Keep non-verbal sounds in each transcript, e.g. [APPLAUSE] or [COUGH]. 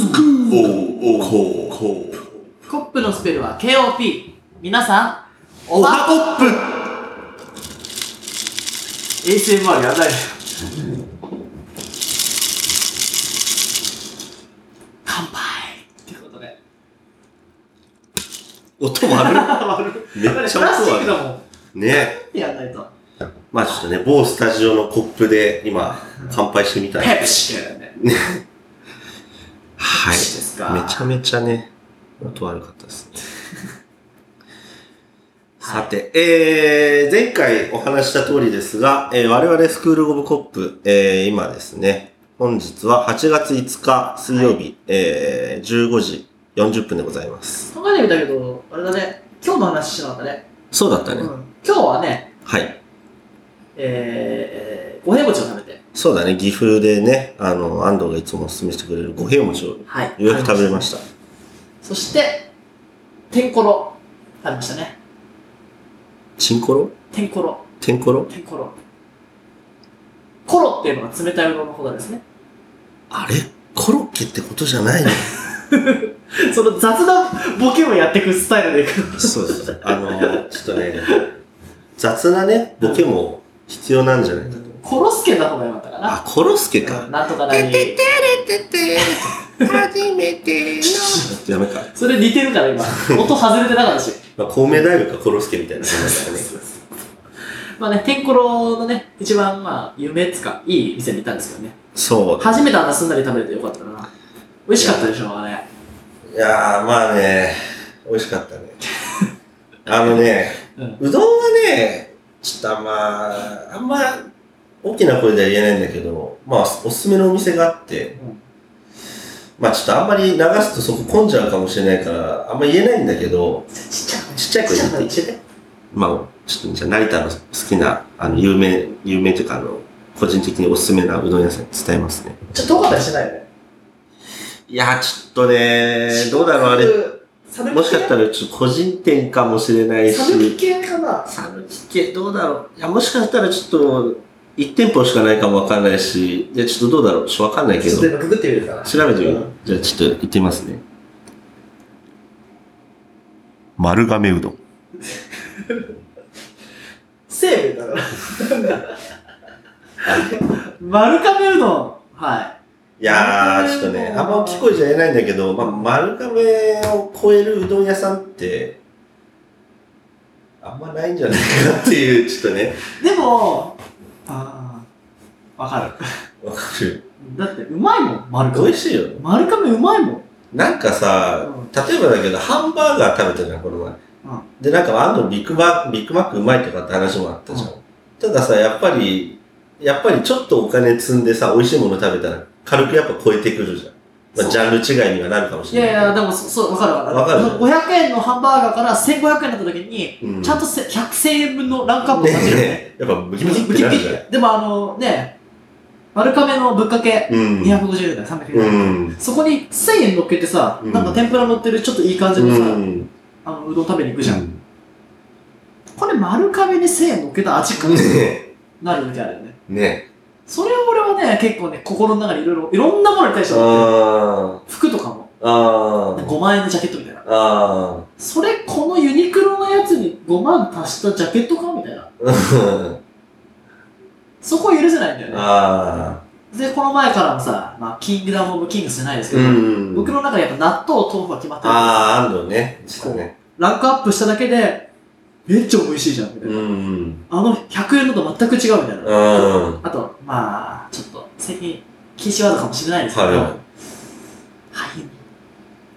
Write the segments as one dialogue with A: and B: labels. A: おココープ。
B: コップのスペルは KOP。皆さん、
A: お
B: おは、
A: はコッ
B: ASMR やばい。乾杯っていうことで。[LAUGHS]
A: プ音悪る
B: 悪い
A: めっちゃ音悪い
B: だってプラスチックだもん。
A: ね
B: ってやんないと。
A: まあちょっとね、某スタジオのコップで今、乾杯してみたんで
B: ペプシだよね。
A: はい。
B: ペプシですか
A: めちゃめちゃね、音悪かったですね。さて、えー、前回お話しした通りですが、えー我々スクールオブコップ、えー、今ですね、本日は8月5日水曜日、えー、15時40分でございます。
B: 考えてみたけど、あれだね。今日の話しなかったね。
A: そうだったね。
B: うん今日はね、
A: はい。
B: えー、五平餅を食べて。
A: そうだね、岐阜でね、あの、安藤がいつもお勧めしてくれる五平餅をよ
B: はい。
A: うやく食べれました。
B: そして、天ころ。食べましたね。
A: チンコロ
B: 天ころ。
A: テンコロ
B: 天ころ。コロっていうのが冷たいうどんのことですね。
A: あれコロッケってことじゃないの
B: その雑なボケをやっていくスタイルでいく。
A: [LAUGHS] そうです。あの、ちょっとね、雑なね、ボケも必要なんじゃないかと。
B: コロスケな方が良かったかな。
A: あ、コロスケか。
B: なんとかなり。
A: てて、初め [LAUGHS] ての。やめか。
B: それ似てるから今。音外れてなかったし。
A: まあ、孔明大学かコロスケみたいな感じだね。
B: まあね、天ころのね、一番まあ、夢っつか、いい店に行ったんですけどね。
A: そ
B: 初めてあんなすんなり食べれてよかったな。美味しかったでしょ、あれ。
A: う。いやー、まあね、美味しかった
B: [LAUGHS]
A: ね。あのね、
B: うん。
A: うどんはね、ちょっとあんま、あんま、大きな声では言えないんだけど、まあ、おすすめのお店があって、まあちょっとあんまり流すとそこ混んじゃうかもしれないから、あんま言えないんだけど、
B: ちっちゃい。
A: ちっちゃい声で言って
B: ちっちゃい声で言って
A: まあちょっとじゃあ成田の好きな、あの、有名、有名というかあの、個人的におすすめなうどん屋さん伝えますね。
B: ちょっと遠かったりしてないよね。
A: いやー、ちょっとねー、どうだろうあれ。
B: れ
A: もしかしたらちょっと個人店かもしれない
B: サブキ
A: し、
B: 系かな
A: サブキ系どうだろういや、もしかしたらちょっと、1店舗しかないかもわかんないし、いや、ちょっとどうだろうちょっとわかんないけ
B: ちょ
A: ど
B: っと、今ググってみるから。
A: 調べてみ
B: う。
A: ようんじゃあちょっと行ってみますね。丸亀うどん。
B: 西部だから。丸亀うどん。はい
A: やー、ちょっとね、あんま大きい声じゃ言えないんだけど、まあ、丸亀を超えるうどん屋さんって、あんまないんじゃないかなっていう、ちょっとね、
B: い。でも、ああ、わかる。
A: わかる。
B: だって、うまいもん、丸
A: 美
B: 亀
A: 味。しいよ。
B: 丸亀うまいもん。
A: なんかさ、例えばだけど、ハンバーガー食べたじゃん、この前。
B: うん
A: で、なんか、あのビッグマ、ビッグマックうまいとかって話もあったじゃん。たださ、やっぱり、やっぱりちょっとお金積んでさ、美味しいもの食べたら、軽くやっぱ超えてくるじゃん。
B: そ
A: まあ、
B: う
A: ジャンル違いにはなるかもし
B: い
A: れな
B: や
A: い。
B: いや、でも、そそう、わかるわかる。
A: わかる
B: 500円のハンバーガーから1500円だった時に、
A: うん
B: ちゃんとせ100、1000円分のランクアップ
A: ね
B: になってるよね。
A: やっぱムキム
B: ブキ
A: キって
B: ブキ
A: な
B: ブ
A: る
B: キ
A: じゃん。
B: でもあのね、丸亀のぶっかけ、
A: うん。
B: 250円だから300
A: う
B: 円、
A: ん。
B: そこに1000円乗っけてさ、
A: うん
B: なんか天ぷら乗ってるちょっといい感じのさ、
A: うん。
B: あのうどん食べに行くじゃん。
A: ん。
B: これ丸亀に1000円乗っけた味か
A: ね
B: なるみたいだよね。
A: え。ねえ。
B: それを俺はね、結構ね、心の中にいろいろ、いろんなものに対して思って
A: あ
B: る、服とかも、
A: あ。ああ。
B: 5万円のジャケットみたいな。
A: あ
B: それ、このユニクロのやつに5万足したジャケットかみたいな。
A: あ。
B: そこは許せないんだよね。
A: あ
B: で、この前からもさ、まあ、キングダム・オブ・キングスじゃないです
A: あ。
B: けど、
A: ん
B: 僕の中でやっぱ納豆、豆腐は決まってる。
A: ああ、安藤ね。そうね。
B: ランクアップしただけで、めっちゃ美味しいじゃん、みたいな。
A: ん。
B: あの100円のと全く違うみたいな。
A: うん
B: あと、まあ、ちょっと、最近、禁止ワードかもしれないですけど、
A: は
B: はい。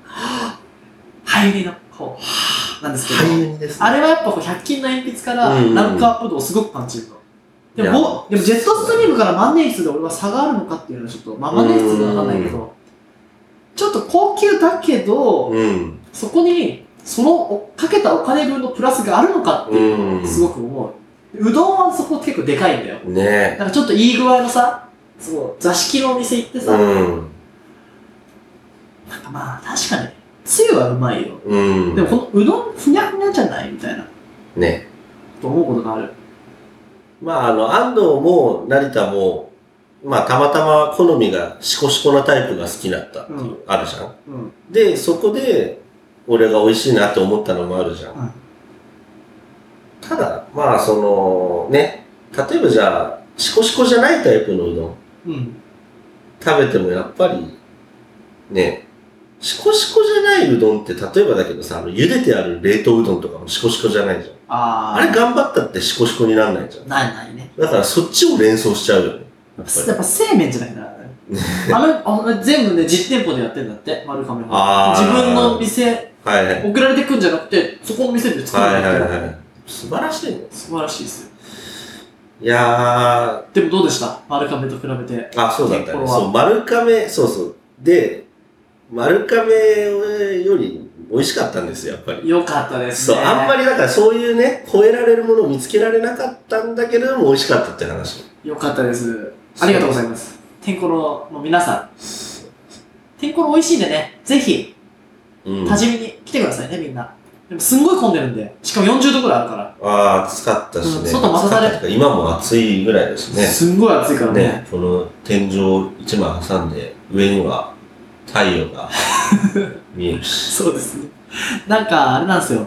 B: はいりの方なんですけど、
A: 俳優ですね。
B: あれはやっぱこう100均の鉛筆から
A: うん
B: ランクアップ度をすごく感じるの。で
A: いや
B: も、でもジェットストリームから万年筆で俺は差があるのかっていうのはちょっと、まあ万年筆でわかんないけど、ちょっと高級だけど、
A: うん。
B: そこに、そのおかけたお金分のプラスがあるのかっていうの
A: う
B: を
A: ん
B: すごく思う。うどんはそこ結構でかいんだよ。
A: ね
B: なんかちょっといい具合のさ、そう、座敷のお店行って
A: え。
B: さ、
A: ん。
B: なんかまあ確かに、つゆはうまいよ。
A: うん
B: でもこのうどんふにゃふにゃじゃないみたいな、
A: ね
B: と思うことがある。
A: まあ、あの、安藤も成田も、まあ、たまたま好みがシコシコなタイプが好きだったっていう、
B: うん
A: あるじゃん。
B: うん。
A: で、そこで、俺が美味しいなって思ったのもあるじゃん。
B: うん
A: ただ、まあ、その、ね、例えばじゃあ、シコシコじゃないタイプのうどん、
B: うん。
A: 食べてもやっぱり、ね、シコシコじゃないうどんって、例えばだけどさ、あの、茹でてある冷凍うどんとかもシコシコじゃないじゃん。
B: あ
A: あれ頑張ったってシコシコになんないじゃん。
B: ないないね。
A: だからそっちを連想しちゃうよね。やっぱり
B: やっぱ製麺じゃないからね。あれ、あれ全部ね、実店舗でやってんだって、丸亀は
A: あ。ー
B: 自分の店、
A: はいはい。
B: 送られてくんじゃなくて、そこの店で作る
A: は
B: ん
A: いは
B: だ
A: い
B: って。
A: はい。素晴らしいね。
B: 素晴らしいですよ。
A: いや
B: でもどうでした丸亀と比べて。
A: ー、あ、そうだった
B: こ
A: ね。
B: れは
A: そう、丸亀、そうそう。で、丸亀より美味しかったんですよ、やっぱり。
B: よかったです
A: そう、
B: ね。
A: あんまりだからそういうね、超えられるものを見つけられなかったんだけれども、美味しかったって話。
B: よかったです。ありがとうございます。天コロの皆さん、天コロ美味しいんでね、ぜひ、
A: うん。
B: 多治見に来てくださいね、みんな。でもすんごい混んでるんで、しかも40度くらいあるから。
A: あー、暑かったし
B: う
A: ね。
B: ん外待たされ
A: 暑かったっていうか今も暑いぐらいですね。
B: すんごい暑いからね。
A: ね、この天井一枚挟んで、上には太陽が見えるし。
B: そうですね。なんか、あれなんですよ。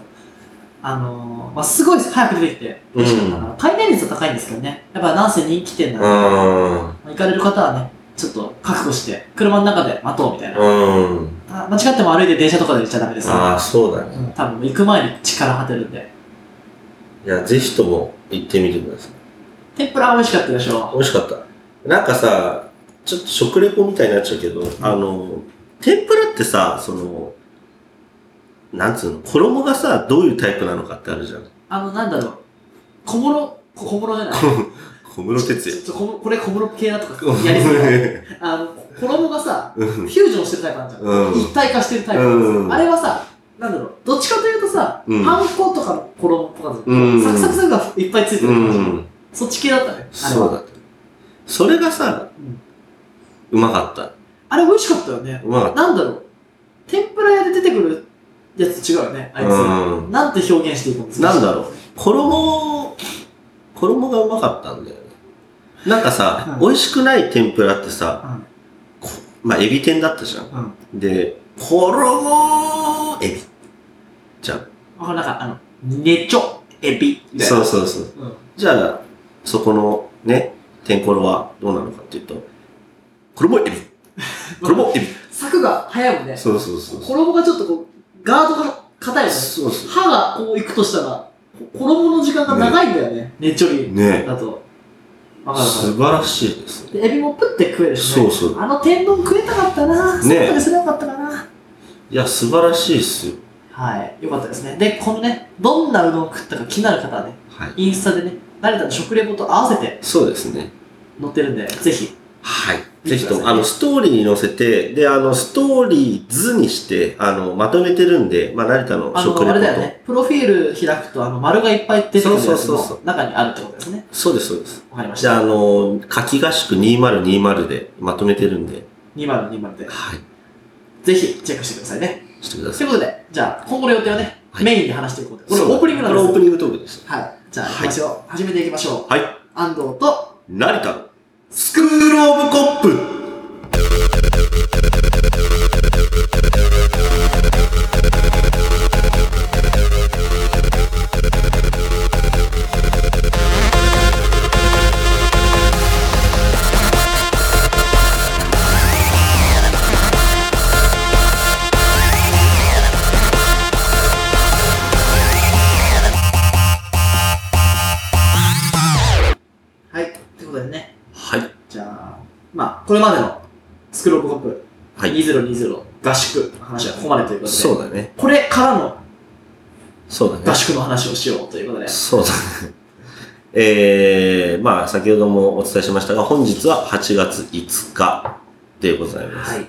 B: あのー、まあ、すごい早く出てきて、
A: うん
B: 美味しかったから回転率は高いんですけどね。やっぱなんせ人気店な
A: う
B: んで、
A: ーん。
B: まあ行かれる方はね、ちょっと覚悟して、車の中で待とうみたいな。
A: うん。
B: あ間違っても歩いて電車とかで行っちゃダメですよ。
A: ああ、そうだね。
B: うん、多分行く前に力果てるんで。
A: いや、ぜひとも行ってみてください。
B: 天ぷら美味しかったでしょ
A: 美味しかった。なんかさ、ちょっと食レポみたいになっちゃうけど、あの、天ぷらってさ、その、なんつうの、衣がさ、どういうタイプなのかってあるじゃん。
B: あの、なんだろう。小室、こ小室じゃない
A: 小室哲
B: ちょっと小室これ小室系だと
A: [LAUGHS]
B: か
A: 也。
B: やりすぎだ。
A: ね。
B: あの、衣がさ、
A: う
B: フュ
A: ん
B: ージョンしてるタイプなんじゃん。
A: うん
B: 一体化してるタイプなんですよ、
A: うん
B: あれはさ、なんだろう、どっちかというとさ、
A: うん
B: パン粉とかの衣っぽかった、
A: うん
B: サクサクサクがいっぱいついてる感じ、
A: うん。
B: そっち系だったね。あれ
A: そうだ
B: は。
A: った。それがさ
B: うん、
A: うまかった。
B: あれ美味しかったよね。
A: うまかっ
B: なんだろう、天ぷら屋で出てくるやつと違うよね、あ
A: た。
B: いつ。
A: うん。
B: なんて表現していくんですか
A: なんだろう。衣、衣がうまかったんだよね。なんかさ、
B: うん
A: 美味しくない天ぷらってさ、こまあ、エビ天だったじゃん。
B: うん。うん。
A: で、衣エビ。じゃ
B: あなんか、あの、ねちょ、エビみ
A: ん。
B: たいな。
A: そうそうそう。
B: うん。
A: じゃあ、そこのね、天ころはどうなのかっていうと、衣エビ。衣エビ。
B: 柵が早いもんね。
A: そうそうそう。
B: 衣がちょっとこう、ガードが硬いよね。
A: そうそ
B: 歯がこう行くとしたら、こ衣の時間が長いんだよね、ねっちょ
A: う。
B: り
A: ね
B: だと。わかる
A: 素
B: わ
A: 晴らしいです
B: か
A: ね。
B: る。で、エビもプッて食えるし
A: そ
B: ね。
A: うそう。
B: あの天丼食えたかったな
A: ね
B: そこまですればよかったかな、
A: いや、素晴らしいっすよ。
B: はい、よかったですね。で、このね、どんなうどん食ったか気になる方はね、
A: はい。
B: インスタでね、誰かの食レポと合わせて
A: そうですね。
B: 載ってるんで、ぜひ。
A: はい。
B: 見
A: ぜ
B: てください
A: ひとも、あの、ストーリーに載せて、で、あの、ストーリー図にして、あの、まとめてるんで、まあ、成田の
B: あの、
A: 食レ
B: あ
A: ポ
B: れ
A: と。
B: だよね、プロフィール開くと、あの、丸がいっぱい出てくるやつ
A: そうそうそう
B: の中にあるってことですね。
A: そうです、そうです。
B: わかりまし
A: じゃあ、
B: た。
A: あの、夏季合宿2020でまとめてるんで、
B: 2020で。
A: はい。
B: ぜひチェックしてくださいね。
A: してくだ
B: と
A: さ
B: い
A: い。
B: うことで、じゃあ、今後の予定はね、
A: はい
B: メインで話していこうと。これ
A: そう
B: オープニングなん
A: これオー
B: で
A: プ
B: す
A: ニングトークです。
B: はい。じゃあ、行きましょう。始めていきましょう。
A: はい。
B: 安藤と、
A: 成田のスクールオブコップ
B: はい。ということでね、
A: はい。
B: じゃあ、まあ、これまでのスクロールオブコップ
A: はい。
B: 2020合宿の話はここまでということで、
A: そうだね。
B: これからの
A: そうだね。
B: 合宿の話をしようということで、
A: そうだね。えー、まあ、先ほどもお伝えしましたが、本日は8月5日でございます。
B: はい。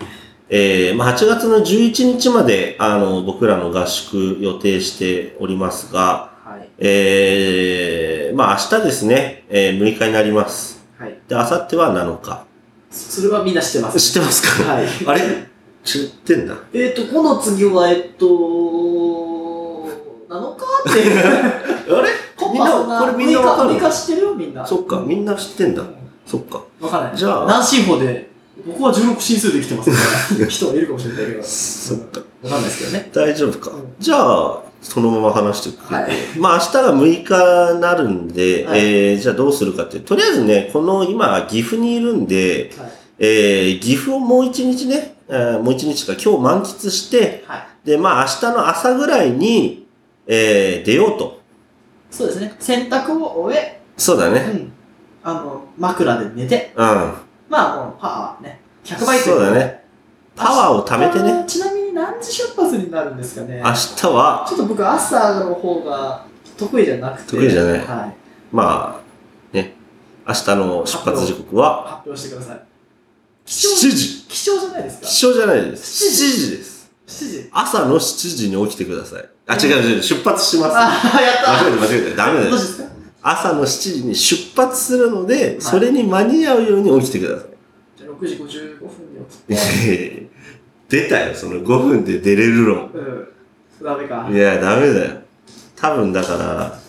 A: えーまあ、8月の11日まで、あの、僕らの合宿予定しておりますが、
B: はい。
A: えー、まあ明日ですね、えー、6日になります。
B: はい。
A: で、明後日は7日。
B: そそれはみんな知ってます。
A: 知ってますか、
B: はい。
A: あれ知ってんだ。
B: えっ、ー、と、この次は、えっと、7日っていう。
A: [LAUGHS] あれ
B: コン
A: みん
B: パ
A: な
B: そんな、
A: これみんなわかる
B: 6日6日知ってるよ、みんな。
A: そっか、みんな知ってんだ。
B: う
A: そっか。
B: わかんない。
A: じゃあ
B: 何進法で、僕は16進数で来てますから
A: [LAUGHS]
B: 人はいるかもしれないけど。
A: そっか。
B: わかんないですけどね。
A: 大丈夫か
B: うん。
A: じゃあ、そのまま話していくけど、
B: はい
A: まあ明日が6日になるんで、
B: はい
A: えー、じゃあどうするかっていう、とりあえずね、この今、岐阜にいるんで、
B: はい。
A: えー、岐阜をもう一日ね、えーもう一日か、今日満喫して、
B: はい。
A: で、まあ明日の朝ぐらいに、えー、出ようと。
B: そうですね。洗濯を終え、
A: そうだね。
B: うん。あの、枕で寝て、
A: うん。
B: まあもう、パワーね。100倍とい
A: そうだね。パワーを貯めて
B: あ
A: ね。
B: ー。ちなみに何時出発になるんですかね。
A: 明日は、
B: ちょっと僕、朝の方が得意じゃなくて。
A: 得意じゃな
B: は
A: い
B: い。
A: まあ、ね、明日の出発時刻は、
B: 発表してください。貴重
A: 7時。
B: 貴重じゃないですか。
A: 起床じゃないです。
B: 7
A: 7
B: 時
A: 時です。
B: 7時。
A: 朝の7時に起きてください。あ、違う違う、出発します。
B: ああ、やった
A: 間違えた間違えた。ダメだ
B: ど
A: よ
B: う。ですか
A: 朝の7時に出発するので、
B: い
A: それに間に合うように起きてください。
B: じゃあ6時55分に起きて。
A: [LAUGHS] 出たよ、その5分で出れる論。
B: うん。ダメか。
A: いや、ダメだよ。多分だから、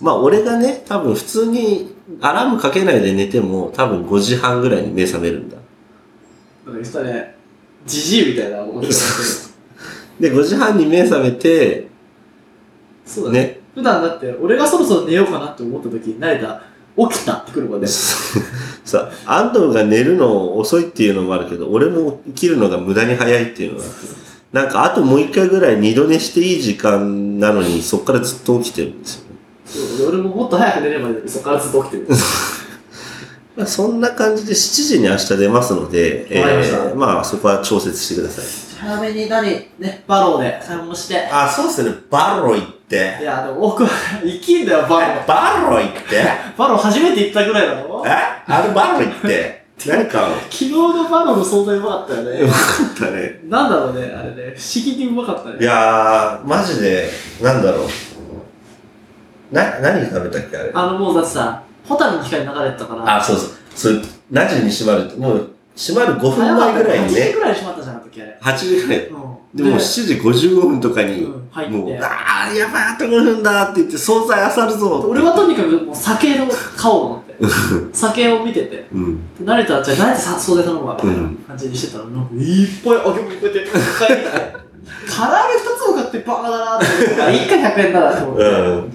A: まあ俺がね、多分普通にアラームかけないで寝ても、多分5時半ぐらいに目覚めるんだ。
B: なんか言ってたね、じじいみたいな面白いです
A: で、5時半に目覚めて、
B: そうだね。
A: ね。
B: 普段だって、俺がそろそろ寝ようかなって思った時に、慣れた、起きたってくるまで。
A: [LAUGHS] さ、安藤が寝るの遅いっていうのもあるけど、俺も起きるのが無駄に早いっていうのがあってなんかあともう一回ぐらい二度寝していい時間なのに、そっからずっと起きてるんですよね。
B: そうで俺ももっと早く寝ればいいのに、そこからずっと起きてる。
A: まあ、そんな感じで7時に明日出ますので、
B: わかりました
A: ーまあそこは調節してください。
B: 早めに何、ね、バローで買い物して。
A: あ、そうですね。バロ行って
B: い。や、でも僕は、生きんだよ、バロー。
A: バロ行ってえ
B: バロー初めて行ったぐらいだろ
A: あのバロ行って何か、よ
B: 昨日のバローの存在うまかったよね。
A: かったね。
B: なんだろうね、あれね、不思議にうまかったね。
A: いやー、マジで、なんだろう。な、何食べたっけあれ。
B: あのもうだってさ、ホタルの光流れてたから、
A: あ、そうそう。それ、何時に閉まるって、もう、閉まる5分
B: 早か
A: 前
B: った
A: ぐらいに
B: 8時
A: ね。
B: ぐらいに閉まったじゃん、あの時あれ。
A: 8時ぐらい。
B: うん。
A: でもう7時55分とかに、
B: うん、入
A: もう、
B: って。
A: あー、やばい、あと5分だって言って、惣菜あさるぞって
B: 俺はとにかくもう酒を買おうと思って。酒を見てて。
A: うん。
B: 慣れたら、じゃあ慣れてさ、そうで頼むわ、みたいな
A: うん
B: 感じにしてたら、なんかいっぱい揚げ物こうや
A: [LAUGHS]
B: って買いに来て。唐揚げ2つも買ってバカだなって思ってあ。一回100円だなと思っ
A: う
B: て。
A: ん。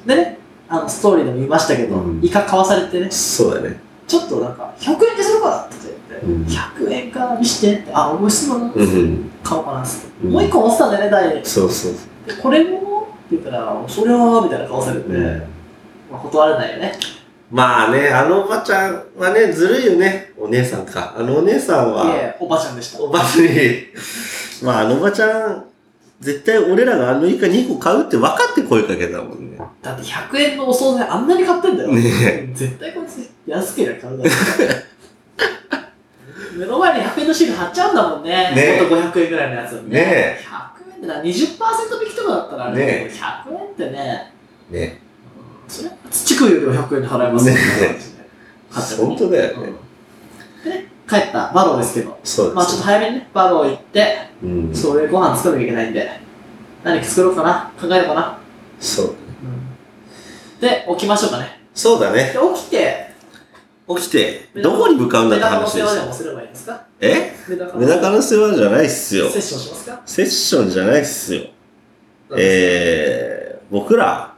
B: でね、あの、ストーリーでも見ましたけど、
A: うん
B: イカ買わされてね、
A: そうだね。
B: ちょっとなんか、100円にするからって言って。
A: うん。
B: 100円から見してって、あ、面白いな。
A: うん。
B: 買おうかなっつって、
A: うん
B: もう一個持ってたんだよね、台に。
A: そうそうそ
B: でこれもって言ったら、それはみたいな顔されて、
A: う。ね
B: まあ、断れないよね。
A: まあね、あのおばちゃんはね、ずるいよね。お姉さんか。あのお姉さん
B: い
A: は、
B: え、おばちゃんでした。
A: おばちゃんに、 [LAUGHS] まああのおばちゃん、絶対俺らがあのイカ2個買うって分かって声かけたもんね。
B: だって100円のお惣菜あんなに買ってんだよ。
A: ね
B: うん絶対こいつ安けりゃ買うだろう。 [LAUGHS] 目の前に100円のシール貼っちゃうんだもんね。
A: ねえ
B: ほんと500円ぐらいのやつを
A: ね
B: ね。100円ってな、20%引きとかだったらあれだけど、100円ってね、
A: ね。
B: うんそれは土食うよりは100円で払えますよ
A: ねえ
B: 買っちゃう
A: 本当だよ
B: う
A: ね
B: ん。でね、帰ったバローですけど、
A: そう
B: ま
A: で
B: あちょっと
A: す。
B: 早めにね、バロー行って、
A: うん。
B: それご飯作らなきゃいけないんで、何か作ろうかな、考えようかな。
A: そう。
B: で、起きましょうかね。
A: そうだ
B: で、
A: ね。
B: 起きて、
A: 起きて、どこに向かうんだっ
B: メ
A: て
B: ダカの
A: 話
B: 世
A: で
B: 話
A: す
B: でもすれ
A: よ。
B: ばいいんですか
A: え
B: メダカ
A: メダカの世話じゃないっすよ
B: セ。ッションしますか
A: セッションじゃないっすよ。えー、僕ら、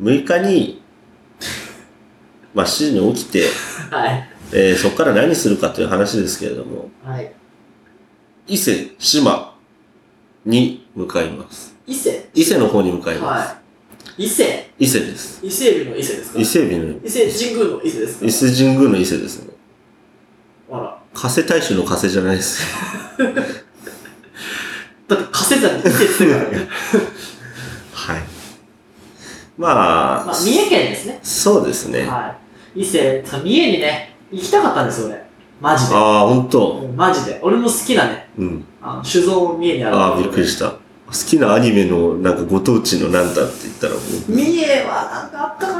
A: 6日に、まあ、7時に起きて、
B: はい。
A: えーそこから何するかという話ですけれども、
B: はい。
A: 伊勢、島に向かいます。
B: 伊勢
A: 伊勢の方に向かいます。
B: はい。伊勢
A: 伊勢です。
B: 伊勢海老の伊勢ですか
A: 伊勢海老の、
B: 伊勢神宮の伊勢ですか
A: 伊勢神宮の伊勢ですね。
B: あら。
A: 加瀬大衆の加瀬じゃないです。
B: だって、加瀬山に伊勢って言ってるから
A: [LAUGHS]
B: ね。
A: はい。まあ、
B: まあ、三重県ですね。
A: そうですね。あ
B: はい。伊勢、三重にね、行きたかったんですよ、俺。マジで。
A: あー、ほんと。
B: もうマジで。俺の好きなね、
A: うん。
B: あの酒造三重にある
A: ああ、びっくりした。好きなアニメの、なんかご当地のなんだって言ったらもう、
B: 三重はなんかあったか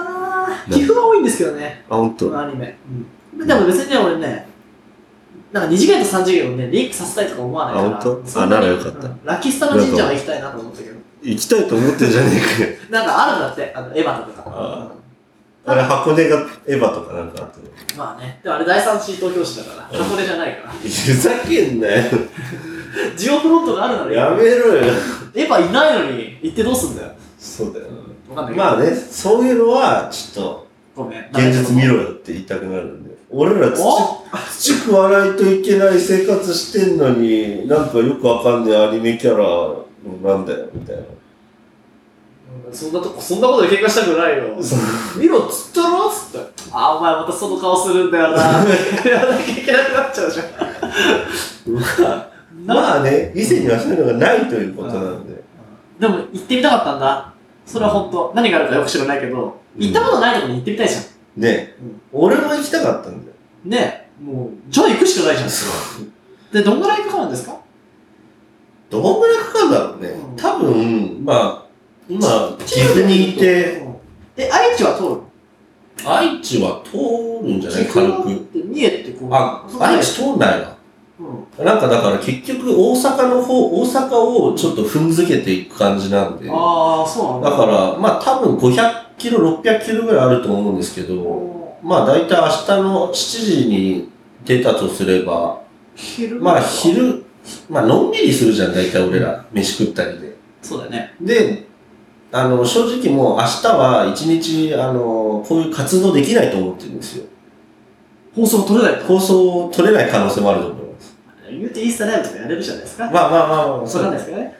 B: な岐阜は多いんですけどね、
A: あ、ほん。
B: ことのアニメ。うん、でも別にね、俺ね、なんか2次元と3次元をね、リンクさせたいとか思わないから。
A: あ本当
B: そんに
A: あならよかった
B: うんラキスタの神社は行きたいなと思ったけど。
A: 行きたいと思ってんじゃねえかよ。
B: [LAUGHS] なんかあるんだって、あの、エヴァとか。
A: ああれ、箱根がエヴァとかなんかあったの。
B: まあね。でもあれ第三シート表紙だから、
A: うん
B: 箱根じゃないから。
A: ふざけんなよ。
B: ジオフロントがあるならいい
A: やめろよ。
B: エヴァいないのに行ってどうすんだよ。
A: そうだよ。
B: わかんないけど。
A: まあね、そういうのは、ちょ
B: ごめん。
A: っと、現実見ろよって言いたくなるんで。俺ら土、
B: お
A: 土食わないといけない生活してんのに、なんかよくわかんないアニメキャラ、なんだよ、みた [LAUGHS] いな。
B: そんなとこ、そんなことで喧嘩したくないよ。
A: そう
B: 見ろっつったろっつって。あー、お前またその顔するんだよな。やらなきゃいけなくなっちゃうじゃん。 [LAUGHS] な
A: まあね、以前にはそういうのがないということなんで。
B: でも行ってみたかったんだ。それは本当。何があるかよく知らないけど、
A: うん
B: 行ったことないとこに行ってみたいじゃ
A: ね、
B: うん
A: 俺も行きたかったんだよ。
B: ん。ねえもう、じゃあ行くしかないじゃん。で、どんぐらいかかるんですか
A: どんぐらいかかるんだろうね。
B: うん
A: 多分、まあ、今、岐阜にいて、。
B: え、愛知は通る
A: 愛知は通るんじゃない軽く。
B: って三重ってこう。
A: あ
B: そ、う
A: 愛知通んないな。
B: うん。
A: なんかだから結局大阪の方、大阪をちょっと踏んづけていく感じなんで。だか
B: ああ、そうなんだ。
A: ら、まあ多分500キロ、600キロぐらいあると思うんですけど、
B: お
A: まあ大体明日の7時に出たとすれば、
B: 昼
A: まあ。昼、まあのんびりするじゃん、大体俺ら。飯食ったりで。
B: そうだよね。
A: で、あの、正直もう明日は一日、あの、こういう活動できないと思ってるんですよ。
B: 放送取れないと。
A: 放送取れない可能性もあると思います。
B: 言うてインスタライブとかやれるじゃないですか。
A: まあまあまあまあ、
B: わかんないですけどね。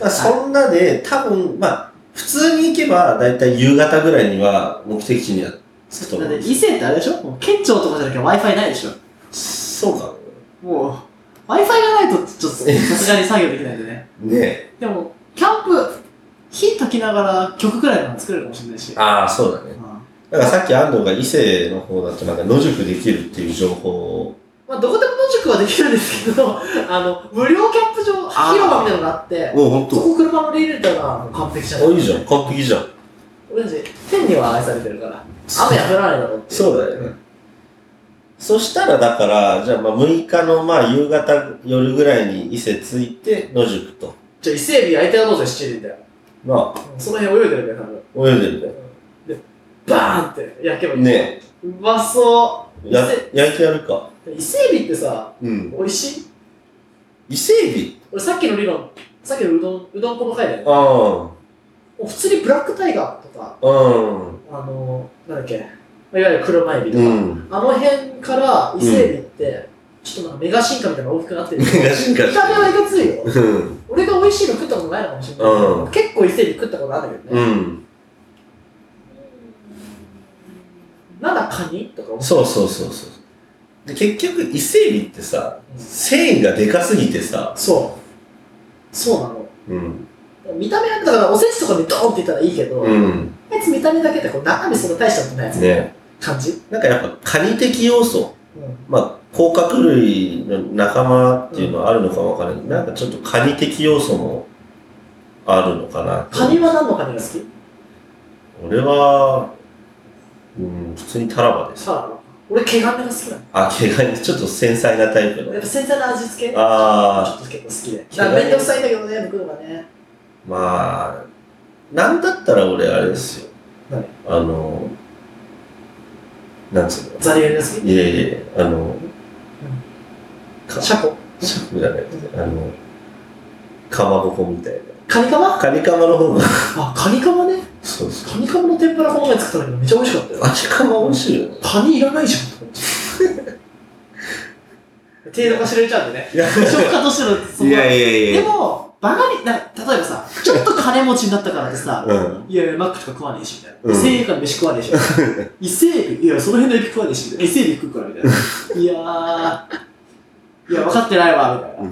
A: まあ、そんなで、多分、まあ、普通に行けば、だいたい夕方ぐらいには目的地には着くと
B: だ
A: 思
B: っ
A: う
B: て
A: んです。
B: 伊勢ってあれでしょもう県庁とかじゃなきゃ Wi-Fi ないでしょ
A: そうか
B: もう、Wi-Fi がないと、ちょっと、さすがに作業できないんでね。
A: な。ね
B: でも、キャンプ、火炊きながら曲くらいの作れるかもしれないし。
A: ああ、そうだね。
B: うん
A: だからさっき安藤が伊勢の方だとなんか野宿できるっていう情報を。
B: まあ、どこでも野宿はできるんですけど、あの、無料キャンプ場、
A: あー
B: 広場みたいなのがあって、
A: おう、ほん
B: そこ車乗り入れたらもう完璧じゃない
A: お、いいじゃん。完璧じゃん。
B: 俺たち、天には愛されてるから、雨は降らないだろうっていう。
A: そうだよね。そしたらだから、じゃあまあ6日のまあ夕方夜ぐらいに伊勢着いて野宿と。
B: じゃあ伊勢海老相手はどうぞ七輪だよ。
A: まあ、
B: その辺泳いでるね、多分。
A: 泳いでる
B: で、バーンって焼けばいい。
A: ね。ね
B: うまそ
A: え、や
B: 伊勢、
A: 焼いてやるか。
B: う。伊勢海老ってさ、
A: うん。
B: 美味しい
A: 伊勢海
B: 俺さっきの理論、さっきのうどん、うどんこの回だよね。
A: 老
B: もう普通にブラックタイガーとか、
A: うん。うん。
B: あのなんだっけ、いわゆる車エビとか、
A: うん。
B: あの辺から伊勢海老って、ちょっとなんかメガ進化みたいなの大きくなってるけど、
A: 目が進化
B: 見た目はいかついよ。
A: うん。
B: 俺が美味しいの食ったことないのかもしれないけ
A: う
B: ど
A: ん、
B: 結構伊勢海老食ったことあるんだけど
A: う
B: ね。
A: ん。
B: なんだカニとか思って
A: そうそうそうそう。で、結局、伊勢海老ってさ、繊維がでかすぎてさ、
B: そう。そうなの。
A: うん。
B: 見た目は、だからおせちとかにドーンって言ったらいいけど、
A: うん。
B: あいつ見た目だけでこう中身そんな大したことないやつ、
A: ね
B: 感じ。
A: なんかやっぱカニ的要素。
B: うん。
A: まあ、甲殻類の仲間っていうのはあるのかわからない、なんかちょっとカニ的要素もあるのかなって
B: カニは何のカニが好き
A: 俺は、うん、普通にタラバです
B: サラダ。俺、毛ガメが好きなの。
A: あ毛ガニちょっと繊細なタイプ
B: やっ
A: の
B: ぱ繊細な味付けちょっ
A: ああ
B: と結構好きで。
A: 毛ガ
B: な
A: メ
B: んかめんどくさいんだけどね、僕のがね。
A: まあなんだったら俺あれですよ
B: 何
A: あのなんつうの
B: ザリガニが好
A: いやいやいやあのか
B: きシャコ。
A: シャープじゃなくてあのかまぼこみたい
B: カニカマ
A: なカニカマの方が
B: あ、カニカマね。
A: そうそう
B: カニカマの天ぷらこの前作ったんだけどめっちゃ美味しかったよ。
A: 味カマ美味しいよね
B: カニいらないじゃんと思って。程度が知れちゃうんでね。
A: いや
B: 食家としての、その
A: いやい
B: でも、バカに、なんか例えばさ、ちょっと金持ちになったからってさ、
A: うん。
B: いやいや、マックとか食わねえし、みたいな。
A: うん
B: 伊勢海老から飯食わねえし、みたい
A: [LAUGHS]
B: な。伊勢海老、いや、その辺のエビ食わねえし、みたいな。伊勢海老食うから、みたいな。いやー、いや、分かってないわ、みたいな。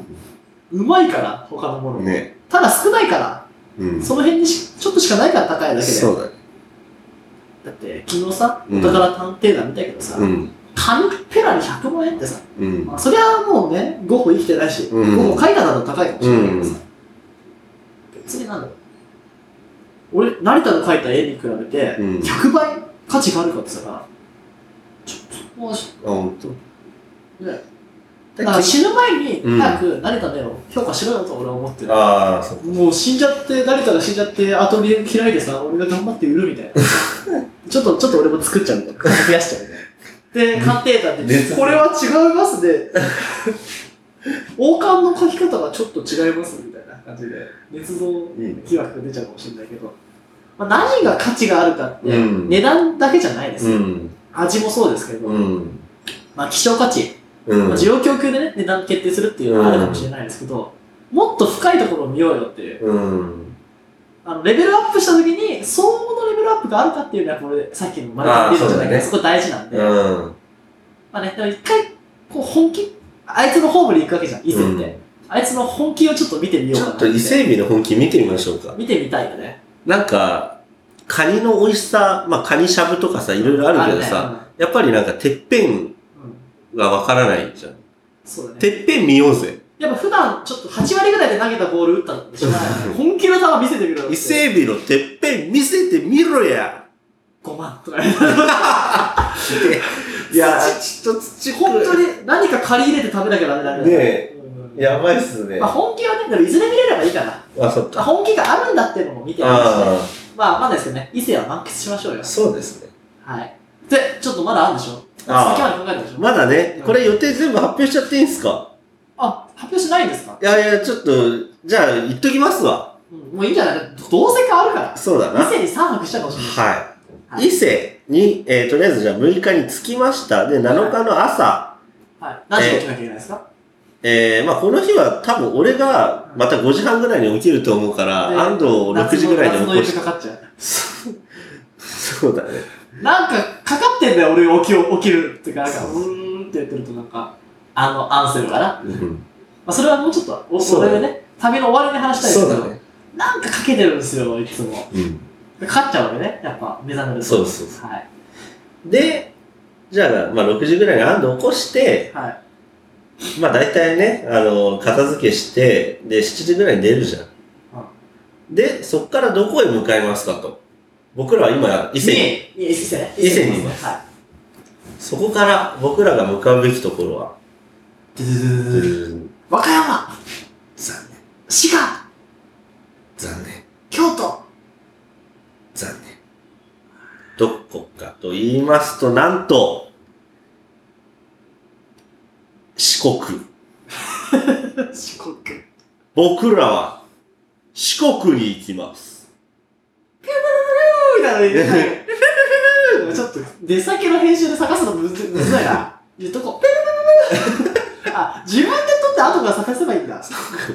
B: うまいから、他のもの。
A: ね。
B: ただ少ないから、
A: うん。
B: その辺にしちょっとしかないから高いだけで。
A: そうだね。
B: だって、昨日さ、
A: う
B: お
A: ん
B: 宝探偵団見たけどさ、
A: うん。
B: 紙ペラに100万円ってさ、
A: うん
B: ま。あ、そりゃもうね、ゴッホ生きてないし、ゴ
A: うん
B: ッホ絵画だと高いかもしれないけどさ、別になんだろう。俺、成田の描いた絵に比べて、
A: うん
B: 100倍価値があるかって言ったら、ちょっとそこはし、
A: あ、ほんと。
B: ね、だから
A: あ
B: 死ぬ前に
A: うん
B: 早く成田の絵を評価しろよと俺は思ってる。
A: あー、そっ
B: [LAUGHS]
A: か。
B: もう死んじゃって、成田が死んじゃって、アトリエ開いてさ、俺が頑張って売るみたいな。ちょっと、ちょっと俺も作っちゃうみたい [LAUGHS] な。増やしちゃうみたいな。で、鑑定団で
A: 熱、
B: これは違いますね。王冠の書き方がちょっと違いますみたいな感じで、捏造
A: いいね。
B: 疑惑が出ちゃうかもしれないけど、まあ、何が価値があるかって、
A: うん
B: 値段だけじゃないです、
A: うん。
B: 味もそうですけど、
A: うん。
B: まあ、希少価値、
A: うん。
B: まあ、需要供給でね、値段決定するっていうのはあるかもしれないですけど、もっと深いところを見ようよっていう。
A: うん。
B: あの、レベルアップした時に、相応のレベルアップがあるかっていうのは、これ、さっきの前から出てるじゃない
A: あーそうだね
B: ですか、そこ大事なんで。
A: うん。
B: まあね、でも一回、こう、本気、あいつのホームに行くわけじゃん、伊勢って。あいつの本気をちょっと見てみよう
A: ち
B: か
A: ょ
B: な
A: ってと伊勢海老の本気見てみましょうか。
B: 見てみたいよね。
A: なんか、カニの美味しさ、まあカニしゃぶとかさ、いろいろあるけどさ、
B: ね
A: やっぱりなんかてっぺん
B: うんうん
A: がわからないじゃん。
B: そうだね。
A: てっぺん見ようぜ。
B: やっぱ普段、ちょっと8割ぐらいで投げたボール打ったんでしょ
A: うん
B: 本気の球見せてみろよって。
A: 伊勢海老のてっぺん見せてみろや
B: 5万とか言われて。
A: いや、ちょっと土
B: 本当に何か借り入れて食べなきゃダメだね。
A: ねえ
B: うん
A: やばいっすね
B: まあ本気はね、でもいずれ見れればいいから。
A: あ、そっか。
B: 本気があるんだっていうのも見てみますね。
A: あ
B: まあ、まだですけどね、伊勢は満喫しましょうよ
A: あ、。そうですね。
B: はい。で、ちょっとまだあるんでしょ
A: あー
B: 先まで考えたでしょ
A: まだね、これ予定全部発表しちゃっていいんすか
B: あ、発表しないんですか
A: いやいや、ちょっと、じゃあ、言っときますわ。
B: うん、もういいんじゃないどどうせ変わるから。
A: そうだな。
B: 伊勢に3泊したかもしれない。
A: は。
B: はいい
A: 伊勢に、えーとりあえずじゃあ6日に着きました。で、7日の朝、
B: はい。何時に起きなきゃいけないですか、
A: えー、まあこの日は多分俺がまた5時半ぐらいに起きると思うから、
B: で
A: 安藤を6時ぐらい
B: 夏の
A: に起
B: 夏
A: こ
B: の
A: し
B: 床かかっちゃう。
A: そうだね。
B: なんか、かかってんだよ、俺起き、起きる。ってか、なんか、うーんって言ってるとなんか、あの、アンセムかな。ま
A: うん
B: あ、それはもうちょっと、お
A: そうだ
B: 俺
A: ね
B: でね、旅の終わりに話したいです
A: そう
B: け
A: だ
B: ど、
A: ね。
B: なんかかけてるんですよ、いつも。
A: うん。
B: かかっちゃうわけね、やっぱ、目覚めると。
A: そうそうそ
B: はい。
A: で、じゃあ、まあ6時ぐらいに安藤起こして、
B: はい。
A: まあ大体ね、あの、片付けして、で、7時ぐらいに出るじゃん。で、そっからどこへ向かいますかと。僕らは今、伊勢に。
B: に。伊勢ね。
A: 伊勢に
B: います。はい。
A: そこから僕らが向かうべきところは、
B: ドゥドゥドゥドゥドゥ和歌山、
A: 残念。
B: 滋賀、
A: 残念。
B: 京都。
A: 残念。どこかと言いますと、なんと、四国。
B: 四国。
A: 僕らは四国に行きます。
B: みたいなの言ってはいちょっと、出先の編集で探すのむずむずいな。言っとこう。
A: [LAUGHS]
B: あ、自分で撮って後から探せばいいんだ。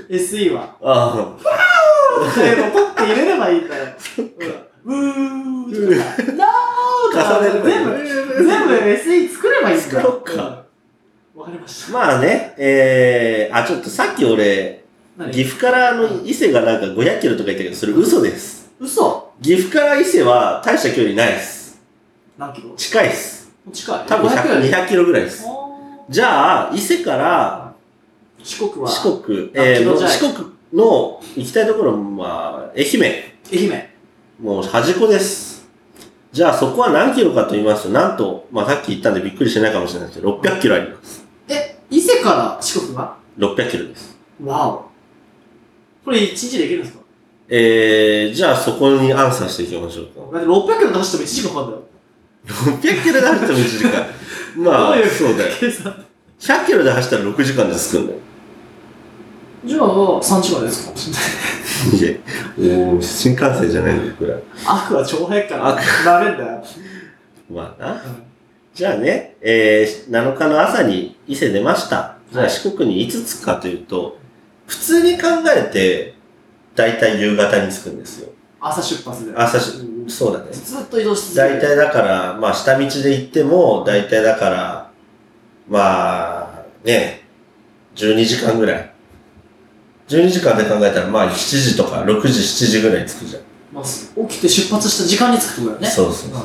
B: SE は。
A: ああ、
B: そういうの撮って入れればいいんだよ。うんうーとか、なーとか、全部、全部 SE 作ればいいんだ。
A: 作ろっか
B: うん。わかりました。
A: まあね、えー、あ、ちょっとさっき俺、
B: 何
A: 岐阜からあの伊勢がなんか500キロとか言ったけど、それ嘘です。
B: 嘘
A: 岐阜から伊勢は大した距離ないです。
B: 何キロ
A: 近いです。
B: 近い。
A: 多分100、
B: 500
A: 200キロぐらいです。
B: あ
A: じゃあ、伊勢から
B: ー四国は、
A: 四国、
B: あ
A: えー、
B: 気
A: もう
B: 持ち悪い
A: 四国の行きたいところ、まあ、愛媛、
B: 愛媛。
A: もう端っこです。じゃあそこは何キロかと言いますと、なんと、まあさっき言ったんでびっくりしてないかもしれないですけど、600キロあります。
B: え、伊勢から四国は
A: 600キロです。
B: わお。これ一日でいけるんですか
A: えー、じゃあそこにアンサーしていきましょうか。
B: だって600キロ出しても1時間かかるんだよ。
A: 600キロで走っても1時間。
B: [LAUGHS]
A: まあ
B: どう、いう
A: そうだよ。
B: 計算。
A: 100キロで走ったら6時間で着くんだよ。
B: じゃあ、3時間ですか
A: [LAUGHS] いや、うん新幹線じゃないんだよ、これは。
B: 悪は超早いから。ダメんだよ。
A: まあな。じゃあね、えー、7日の朝に伊勢出ました。じゃあ四国にいつ着くかというと、普通に考えて、だいたい夕方に着くんですよ。
B: 朝出発で。
A: 朝し
B: うん
A: そうだね。
B: ずっと移動し続
A: だい
B: け
A: た
B: る。
A: いだから、まあ下道で行っても、だいたいだから、まあ、ね、12時間ぐらい。12時間で考えたら、まあ7時とか6時、7時ぐらいに着くじゃん。
B: まあ、起きて出発した時間に着くとこだよね。
A: そうそうう。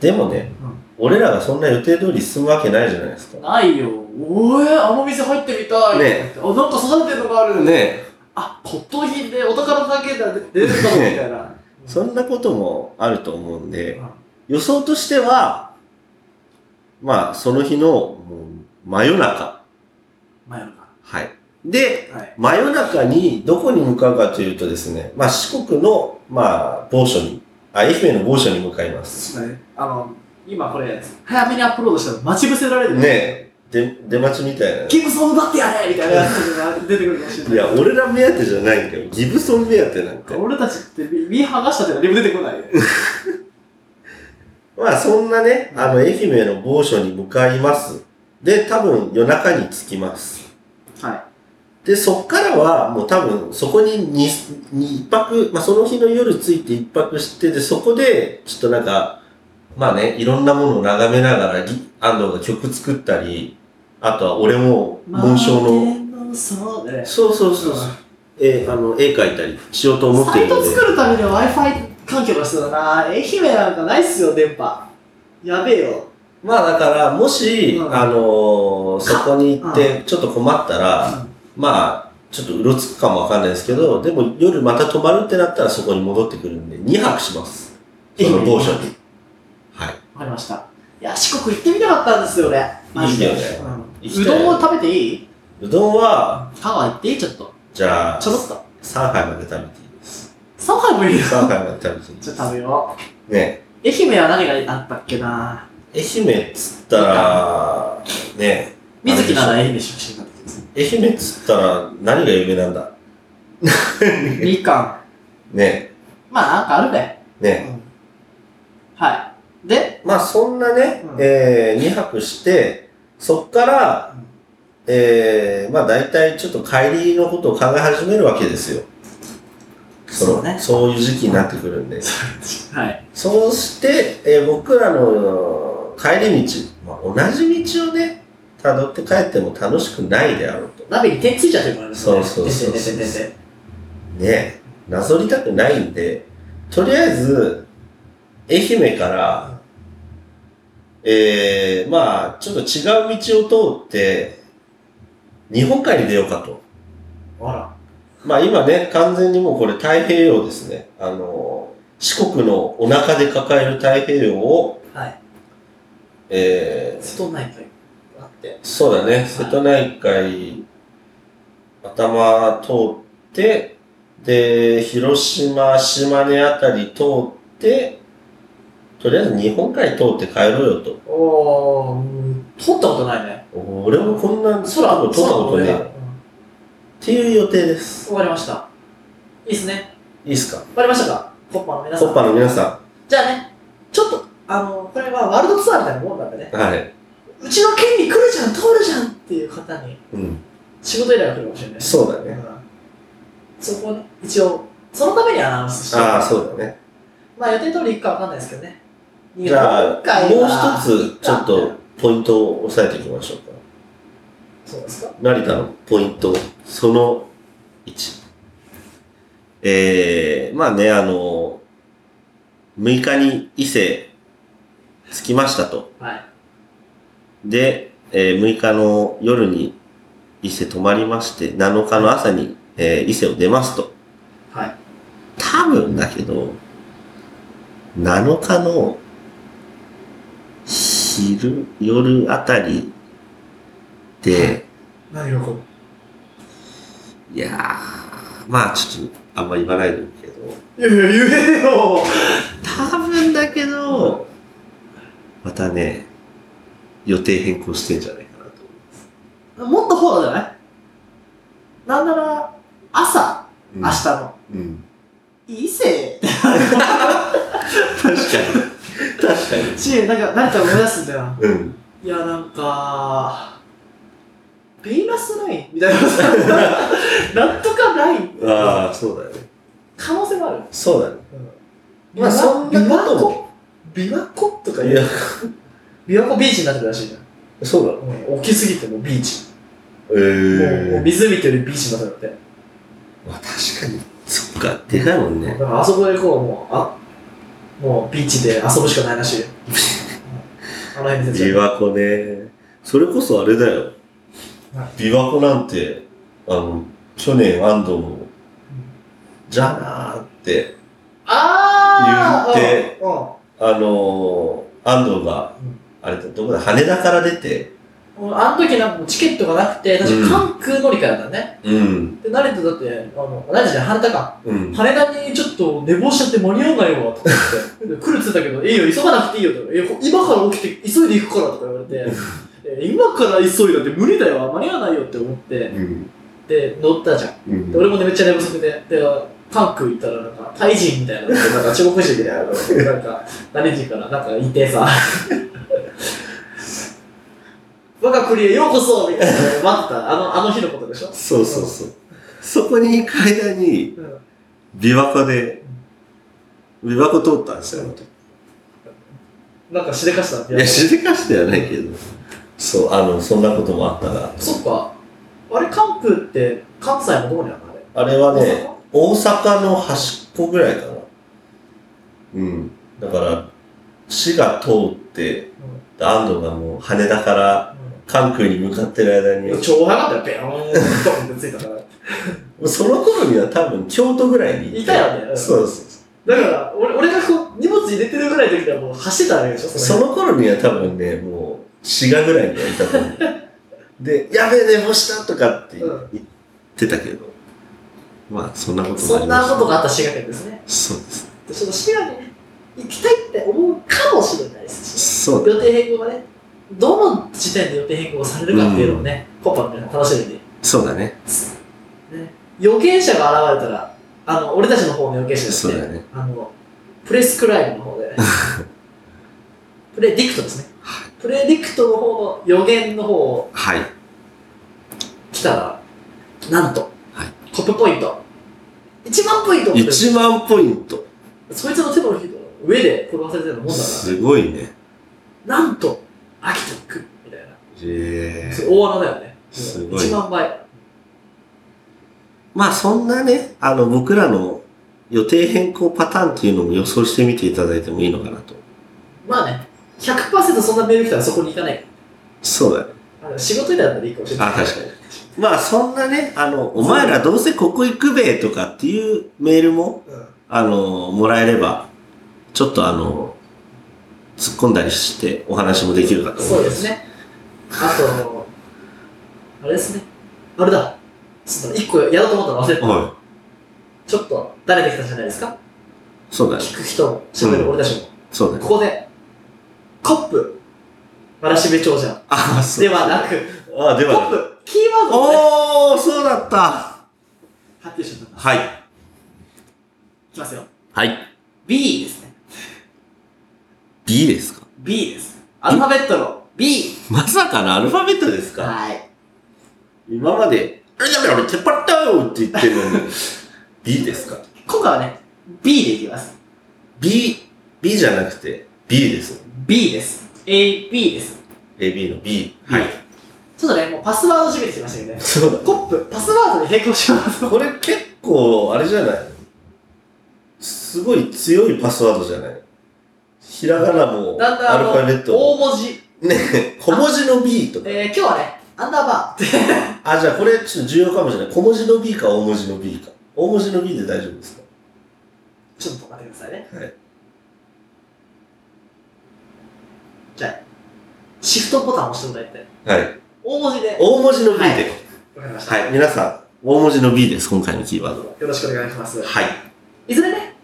A: でもね、俺らがそんな予定通り進むわけないじゃないです
B: ん
A: か。
B: ないよ。おえ、あの店入ってみたい。
A: ね
B: あ、なんか育ててるのがある。
A: ね
B: あ、骨董品でお宝だけだ出るかもみたいな。
A: そ
B: うん
A: なこともあると思うんで、
B: ん
A: 予想としては、まあ、その日のもう真夜中。
B: 真夜中。
A: はい。で、
B: はい。
A: 真夜中にどこに向かうかというとですね、まあ、四国の、まあ、某所にあ愛媛の某所に向かいます。
B: そうだね。あの、今これ、早めにアップロードしたら待ち伏せられる。
A: ねえ、で出待ちみたいな。
B: キングソン奪ってやれみたいなやつが出てくるかもしれない
A: い。や、俺ら目当てじゃないけど、ギブソン目当てなんて。
B: 俺たちって見見剥がしたって何も出てこない。
A: まあ、そんなね、あの、愛媛の某所に向かいます。で、多分夜中に着きます。
B: は
A: で、そっからは、もう多分、そこににに一泊、まあ、その日の夜着いて一泊して、で、そこで、ちょっとなんか、まあね、いろんなものを眺めながら、ぎ安藤が曲作ったり、あとは俺も、
B: い。
A: 紋章の、
B: の。そうね。
A: そうそうそうそう、えあの、絵描いたりしようと思って
B: サ
A: る
B: イ
A: の
B: ト
A: で。
B: 作るためには Wi-Fi 環境が必要だな。愛媛なんかないっすよ、電波。やべえよ。
A: まあだから、もし、
B: うん
A: あのーそこに行って、ちょっと困ったら、まあ、ちょっとうろつくかもわかんないですけど、でも夜また泊まるってなったらそこに戻ってくるんで、2泊します。その某所に。はい。
B: わかりました。いや、四国行ってみたかったんですよ、俺。マジで。
A: いいね
B: う
A: 行
B: ん、
A: き
B: う
A: たい
B: ど
A: ね
B: んを食べていい
A: うんうどんは、
B: 香川行っていいちょっと。
A: じゃあ、
B: ちょろっと。
A: 3杯まで食べていいです。
B: 3杯もいいよ。
A: 3杯まで食べていいで
B: ちょっ
A: す
B: と。食べよ
A: ね
B: う。愛媛は何があったっけな
A: 愛媛っつったら、ね
B: 水木なら愛媛出身だった気がする
A: 愛媛っつったら何が有名なんだ
B: みかん。
A: ね
B: まあ、なんかあるべ。
A: ね
B: はい。 [LAUGHS] で、
A: まあそんなね、
B: うん
A: えー、2泊して、そっから
B: うん、
A: えー、まあ大体ちょっと帰りのことを考え始めるわけですよ。の
B: そうね
A: そういう時期になってくるんで。
B: はい。
A: そうして、えー僕らの帰り道、まあ、同じ道をね、辿って帰っても楽しくないであろうと。
B: 鍋に手ついちゃってるからね。
A: そうそうそう
B: 手手手手手
A: ねなぞりたくないんで、とりあえず、愛媛から、えー、まあ、ちょっと違う道を通って、日本海に出ようかと。
B: あら。
A: まあ今ね、完全にもうこれ太平洋ですね。あの、四国のお腹で抱える太平洋を、
B: はい。
A: えー、
B: ストーンナイトがあって。
A: そうだね、瀬戸内海、頭通って、で、広島、島根あたり通って、とりあえず日本海通って帰ろうよと。
B: おー、撮ったことないね。
A: 俺もこんな空
B: 空、
A: を通ったことねえ。
B: 空
A: っ
B: 飛んでうん
A: ていう予定です。
B: 終わりました。いいっすね。
A: いいっすか
B: 終わりましたかコッパの皆さ
A: コ
B: ん。
A: ッパの皆さ
B: じゃあね、ちょっと、あの、これはワールドツアーみたいなもんなんでね。
A: ん。はい。
B: うちの県に来るじゃん、通るじゃんっていう方に
A: うん。
B: 仕事依頼が来るかもしれない。
A: そうだ
B: う
A: ね。
B: んそこをね、一応、そのためにアナウンスして。
A: ああ、そうだね。
B: まあ予定通り行くかわかんないですけどね。
A: じゃ
B: 今
A: あ、
B: 回は
A: もう一つ、ちょっと、ポイントを押さえていきましょうか。
B: そうですか。
A: 成田のポイント、その1。えー、まあね、あの、6日に伊勢着きましたと。
B: はい。
A: で、えー6日の夜に伊勢泊まりまして、7日の朝に、えー伊勢を出ますと。
B: はい。
A: 多分だけど、7日の昼、夜あたりで、
B: 何が起こる
A: いやー、まあちょっとあんま言わないでおくけど、
B: いやいや、言えよ
A: 多分だけど、またね、予定変更してんじゃないかなと思
B: もっとフォローじゃないなんなら、朝、
A: う。
B: 明日の、
A: うん。
B: 伊勢
A: 確かに。確か
B: し、なんか、なんか思い出すんだよ。
A: に。うん。
B: いや、なんか、ヴェイナスラインみたいな [LAUGHS] さ、なんとかライン
A: ああ、そうだね。
B: 可能性もある。
A: そうだね。
B: まあ、そんなこと
A: も。
B: 琵琶湖とか
A: い
B: 言
A: や
B: う。、琵琶湖ビーチになってるらしいじゃん。
A: そうだ。
B: 大きすぎてもうビーチ、
A: え
B: もう
A: ー。
B: 湖ってよりビーチになったんだって
A: まあ確かに。そっか、でかいもん
B: だ
A: ね。
B: からあそこでこうもうあもうビーチで遊ぶしかないら [LAUGHS] しいよあの辺で
A: 琵琶湖ね。それこそあれだよ
B: はい。
A: 琵琶湖なんて、あの、去年安藤も、じゃあなーって、
B: ああ
A: 言って
B: うんうん
A: あのー、安藤が
B: うん、
A: あれだ、どこだ、羽田から出て、
B: 俺あの時なんかもうチケットがなくて、確か関空乗り換えだったね。
A: うん。
B: で、成田だって、あの、成田じゃない、羽田か。
A: うん。
B: 羽田にちょっと寝坊しちゃって間に合わないわ、とか
A: [LAUGHS]
B: 言って。来るっつってたけど、いいよ、急がなくていいよ、とか。いや今から起きて、急いで行くから、とか言われ
A: [LAUGHS]
B: て。え今から急いだって無理だよ、間に合わないよって思って。
A: うん。
B: で、乗ったじゃん。
A: うん
B: で俺もね、めっちゃ寝不足で、で、韓国行ったら、なんか、タイ人みたいな、 [LAUGHS] なんか中国人みたいな、なんか、何人かな、なんかいてさ、 [LAUGHS] 我が国へようこそみたいな、待った、あの、あの日のことでしょ
A: そうそうそう。そこに行く間に、
B: うん。
A: 琵琶湖で、琵琶湖通ったんですよ。
B: なんかしでかした
A: いや、しでかしではないけど、そう、あの、そんなこともあったな。
B: そっか。あれ、韓国って、関西のどこにあるのあれ。
A: あれはね、
B: 大
A: 大阪の端っこぐらいかな。うん。だから、市が通って、安藤がもう羽田から
B: 阪うん
A: 関空に向かってる間に、
B: 超早かったよ、ベローンドンってついたから。
A: その頃には多分京都ぐらいにて
B: いたよねうん
A: そうそうそ
B: だから、俺俺がこう、荷物入れてるぐらいの時にはもう走ってたわけでしょ
A: う。そ
B: の
A: の頃には多分ね、もう滋賀ぐらいにはいたと思う。で、やべえ、寝坊したとかって
B: うん
A: 言ってたけど、まあ、そんなこと。
B: 辺そんなことがあったた滋賀県ですね。
A: そうです。
B: でその滋賀にね、行きたいって思うかもしれないですし、
A: そうだ
B: 予定変更がね、どの時点で予定変更をされるかっていうのをね、コッパの皆さん楽しみに。
A: そうだね。
B: 予見者が現れたら、あの、俺たちの方の予見者です
A: そうだ
B: ね、
A: ね。
B: あの、プレスクライブの方
A: [LAUGHS]
B: で、プレディクトですね。プレディクトの方の予言の方を
A: はい。
B: 来たら、なんと、
A: はい
B: コップポイント、1万ポイント
A: 1万ポイント。
B: そいつの手のひの上で転がされてるもんだか
A: すごいね。
B: ら、なんと、秋田に来る、みたいな。
A: え
B: そ
A: え
B: れ大穴だよね。
A: すごい
B: 1万倍。
A: まあそんなね、あの僕らの予定変更パターンっていうのも予想してみていただいてもいいのかなと。
B: まあね、100%そんなメール来たらそこに行かない。
A: そうだね。
B: あの仕事以外だったらいいかもしれない。
A: あ確かにまあそんなね、あの、お前らどうせここ行くべとかっていうメールも、
B: うん
A: あの、もらえれば、ちょっとあの、突っ込んだりしてお話もできるかと思
B: そ
A: いう
B: で
A: ます。
B: すね。あと、あれですね。あれだ。ちょっと1個やろうと思ったの忘れてた。
A: は
B: ちょっと、誰できたじゃないですか。
A: い。そうだね。
B: 聞く人も、喋る俺たちも。
A: そうだね。
B: ここで、コップ、わらしべ長者
A: ああ、そう
B: ではなく、
A: ああ、で
B: コ
A: はな
B: ッ
A: く。
B: プ、キーワードをね
A: おー、そうだった。
B: 発表しちゃった。い
A: はい。
B: きますよ。
A: はい。
B: B ですね。
A: B ですか
B: B です。アルファベットの B。
A: まさかのアルファベットですか
B: はい。
A: 今まで、あれだめ俺、テパッターって言ってるのに、B ですか
B: 今回はね、B でいきます。
A: ?B、B じゃなくて、B です。
B: B です。A、B です。
A: AB の B。
B: はい。ちょっとね、もうパスワード準備してきましたけどね。
A: そう
B: コップ、パスワードに並行します。
A: だ。これ結構、あれじゃないすごい強いパスワードじゃないひらがなも、
B: だんだん
A: アルファベッ
B: あの、
A: トも、
B: 大文字。
A: ね、小文字の B とか。
B: えー、今日はね、アンダーバー。
A: あ、じゃあこれちょっと重要かもしれない。小文字の B か大文字の B か。大文字の B で大丈夫ですか
B: ちょっと待ってくださいね。
A: はい。
B: じゃあ、シフトボタンを押してもらって。
A: はい。
B: 大文字で。
A: 大文字の B で。
B: は
A: はいい、
B: わかりました。
A: 皆さん、大文字の B です、今回のキーワードは。
B: よろしくお願いします。
A: はい。
B: いずれね、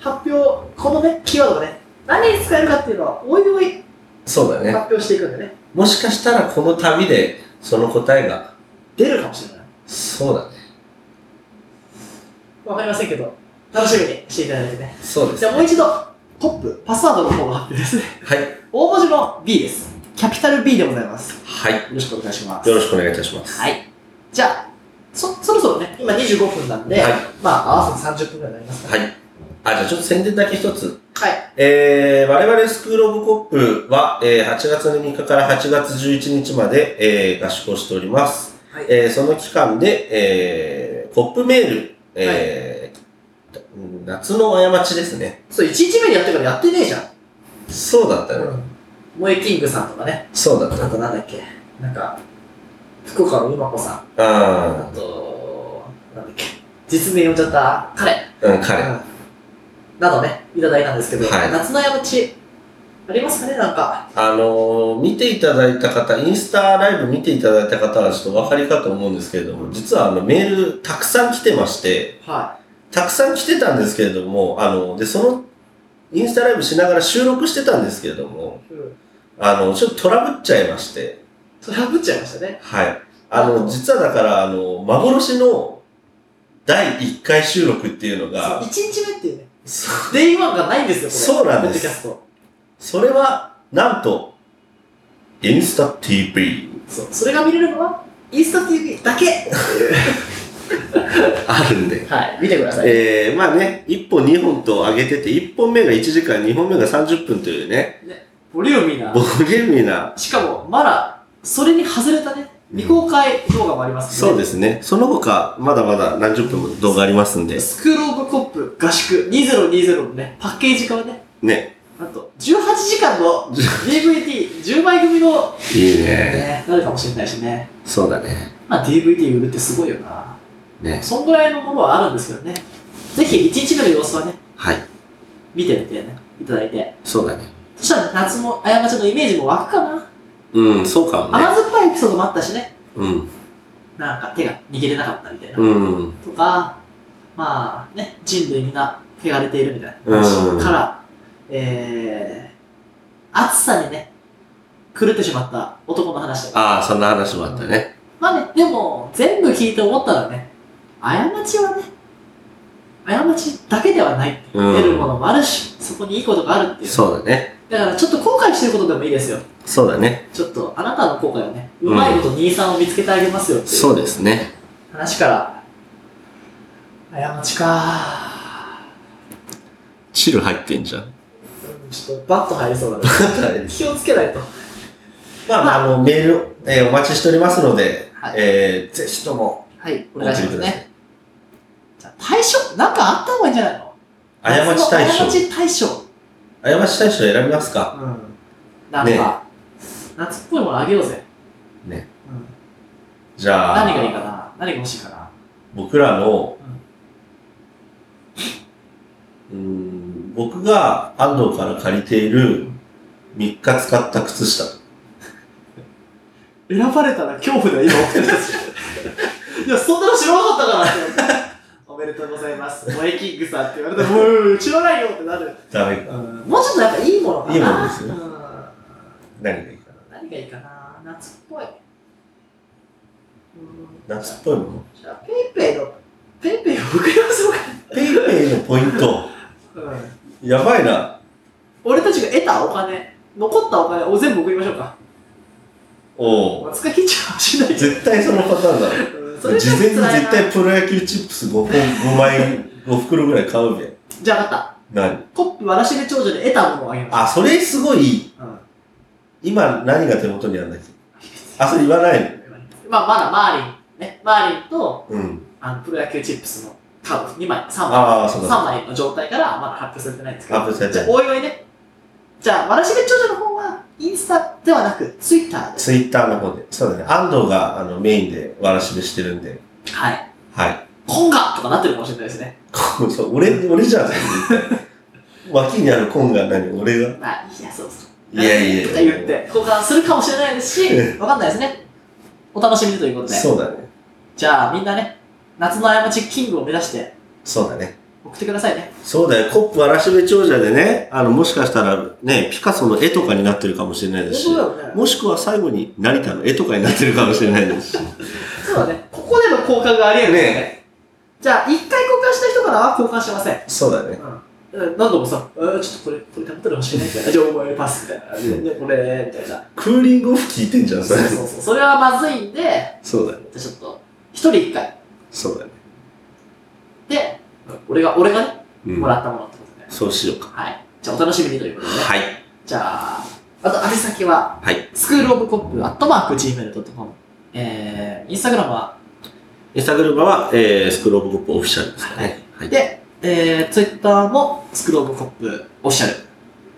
B: 発表、このね、キーワードがね、何に使えるかっていうのは、おいおい
A: そうだ
B: 発
A: ね。
B: 表していくんでね、
A: もしかしたらこの旅でその答えが。
B: 出るかもしれない。
A: そうだね。
B: わかりませんけど、楽しみにしていただいてね。
A: そうで
B: じゃあもう一度、コップ、パスワードの方の発表ですね。
A: はい。
B: 大文字の B です。キャピタル B でございます。よ
A: はい。
B: ろしくお願いします。
A: よろしくお願いいたします。
B: はい。じゃあ、そ、そろそろね、今25分なんで、
A: はい
B: まあ、合わせて30分ぐらいになりますか
A: はい。あ、じゃあちょっと宣伝だけ一つ。
B: はい。
A: えー、我々スクールオブコップは、えー、8月の3日から8月11日まで、えー、合宿をしております。
B: はい
A: えー、その期間で、えー、コップメール、えー夏の過ちですね。
B: そう、1日目にやってからやってねえじゃん。
A: そうだったね。
B: 萌えキングさんとかね、
A: そうだ
B: あ
A: った。
B: となんだっけ、なんか、福岡のうまこさん、あ
A: あ
B: と、なんだっけ、実名呼んじゃった彼、
A: ー、うん、彼。
B: などね、いただいたんですけど、
A: はい
B: 夏の山地、ありますかね、なんか。
A: あのー見ていただいた方、インスタライブ見ていただいた方はちょっとお分かりかと思うんですけれども、実はあのメールたくさん来てまして、
B: は
A: たくさん来てたんですけれども、あの、で、その、インスタライブしながら収録してたんですけれども、
B: い。うん。
A: あの、ちょっとトラブっちゃいまして、
B: トラブっちゃいましたね。
A: はい。あの、実はだから、あの、幻の第1回収録っていうの
B: そう、
A: が、
B: 一日目っていうね。
A: そ
B: デイワンがないんですよ、これ。
A: そうなんです
B: ポッドキャスト。
A: それは、なんと、インスタ TV。
B: そう。それが見れるのは、インスタ TV だけ。
A: あるんで。
B: はい。見てください。
A: えー、まあね、1本2本と上げてて、1本目が1時間、2本目が30分というね、
B: ボリューミーな
A: ボ。リューミーな、
B: しかも、まだ、それに外れたね、未公開動画もあります
A: そう
B: で
A: ですね。その他、まだまだ何十分も動画ありますんで、
B: スクールオブコップ合宿2020のね、パッケージ化はね、
A: ね。
B: なんと、18時間の DVD10 枚組の、
A: いいね。
B: ね、なるかもしれないしね。
A: そうだね。
B: まあ DVD 売るってすごいよな。
A: ね。
B: そんぐらいのものはあるんですけどね。ぜひ1日目の様子はね、
A: はい。
B: 見てみてね、いただいて。
A: そうだね。
B: そしたら夏も、あやまちゃんのイメージも湧くかな。
A: うん、そうかもね。
B: 甘酸っぱいエピソードもあったしね。
A: うん。
B: なんか手が握れなかったみたいな。
A: うん。
B: とか、まあね、人類みんな汚れているみたいな
A: うん
B: 話から、えー、暑さにね、狂ってしまった男の話とか。
A: ああ、そんな話もあったね。
B: まあね、でも、全部聞いて思ったらね、過ちはね、過ちだけではない。
A: う
B: 得るも
A: ん。
B: のもあるし、そこにいいことがあるっていう。
A: そうだね。
B: だからちょっと後悔してることでもいいですよ。
A: そうだね。
B: ちょっと、あなたの後悔をね、うまいこと兄さんを見つけてあげますよっていう
A: そうですね。
B: 話から、過ちか
A: チル入ってんじゃん。
B: うんちょっとバット入りそうだ
A: [LAUGHS]
B: ね。気をつけないと。
A: まあ、まあ、あの、メール、えーお待ちしておりますので、
B: はい
A: えー、ぜひとも、
B: はい、お
A: お
B: 願いし
A: 送り
B: ます
A: くださ
B: ね。
A: い。
B: じゃあ、対象、なんかあった方がいいんじゃないの
A: 過ち対
B: 夏の過
A: 象。
B: ち対象。
A: 過ち対象選びますか
B: うん。なん
A: ね
B: か、夏っぽいものあげようぜ。
A: ね。
B: うん。
A: じゃあ、
B: 何がいいかな何が欲しいかな
A: 僕らの、うーん、僕が安藤から借りている3日使った靴下。
B: 選ばれたら恐怖だよ、今僕た
A: [LAUGHS]
B: ちいや、そんなの知らなかったからって。おめでとうございます。萌えキングさんって言われても、うん、知らないよってなる。
A: ダメか。
B: うん。もうちょっとなんかいいものかな。
A: いいものですね
B: うん
A: 何がいいかな。
B: 何がいいかな夏っぽい。うーん
A: 夏っぽいもの。
B: じゃあ、ペイペイの、ペイペイを送りましょう
A: ペイペイのポイント。
B: か。うん。
A: やばいな。
B: 俺たちが得たお金、残ったお金を全部送りましょうか。
A: おう
B: 使い切っちゃうかもしれないけど
A: [LAUGHS] 絶対そのパターンだろ。
B: うんそれじ
A: 事
B: ゃ
A: 前に
B: 辛いな
A: 絶対プロ野球チップス5本、5枚、5袋ぐらい買うべ。
B: じゃあ分かった
A: 何。
B: コップ、わらしべ長女で得たものをあげます。
A: あ、それすごい、
B: うん。
A: 今何が手元にあるんだっけあ、それ言わないの
B: まあ、まだマーリン、ね。マーリンと、
A: うん。
B: あの、プロ野球チップスのカード、2枚、3枚。
A: ああ、そうだ。
B: 3枚の状態からまだ発表されてないんですけど、
A: 発表されてない
B: じゃあおいおいね、じゃあ、わらしべ長女の方は、インスタではなく、ツイッターです。
A: ツイッターの方で。そうだね。安藤があのメインでわらしべしてるんで。
B: はい。
A: はい。
B: コンガとかなってるかもしれないですね。
A: こうそう俺、俺じゃん。絶対脇にあるコンが何俺が。
B: まあ、いや、そうそう。
A: いやいやいや
B: とか言って、交換するかもしれないですし、わかんないですね。お楽しみにということで。
A: そうだね。
B: じゃあ、みんなね、夏の過ちキングを目指して
A: そうだね。
B: 送ってくださいね。
A: そうだよ。コップわらしべ長者でね、あの、もしかしたらね、ピカソの絵とかになってるかもしれないですし、
B: 本当だよね。
A: もしくは最後に成田の絵とかになってるかもしれないですし。
B: そうだね。ここでの交換があり得るんですよね。じゃあ、一回交換した人からは交換しません。
A: そうだね。
B: うん何度もさ、えーちょっとこれ、これ食べたら欲しいねみ
A: [LAUGHS]
B: たいな。じゃあお前パスみたいな。
A: ん
B: で、これ、みたいな。
A: クーリングオフ聞いてんじゃん、
B: そ
A: そ
B: う
A: れ。
B: そうそう。それはまずいんで、じゃ
A: そうだね。
B: あちょっと、一人一回。
A: そうだね。
B: で、俺が、俺がね、
A: うん
B: もらったものってことで。
A: そうしようか。
B: はい。じゃあお楽しみにということでね。
A: はい。
B: じゃあ、あと、宛先は、
A: はい。
B: スクールオブコップ、アットマーク、gmail.com。えー、インスタグラムは、
A: インスタグルマは、えー、スクローブコップオフィシャルですかね。はい。
B: で、えー、ツイッターも、スクールオブコップ、オフィシャル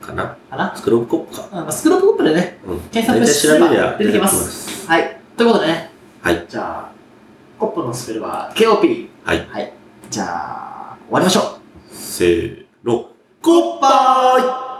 A: かな。
B: かな。
A: スクローブコップか。
B: うんまあ、スクールオブコップでね、
A: うん。
B: 検
A: 大
B: 索
A: 体
B: す
A: 調
B: れ
A: べ
B: ば
A: りゃ
B: 出てきます。
A: す。
B: はい。ということでね。
A: はい。
B: じゃあ、コップのスペルは KOP。
A: はい。
B: はい。じゃあ、終わりましょう。
A: せーの。コッパーイ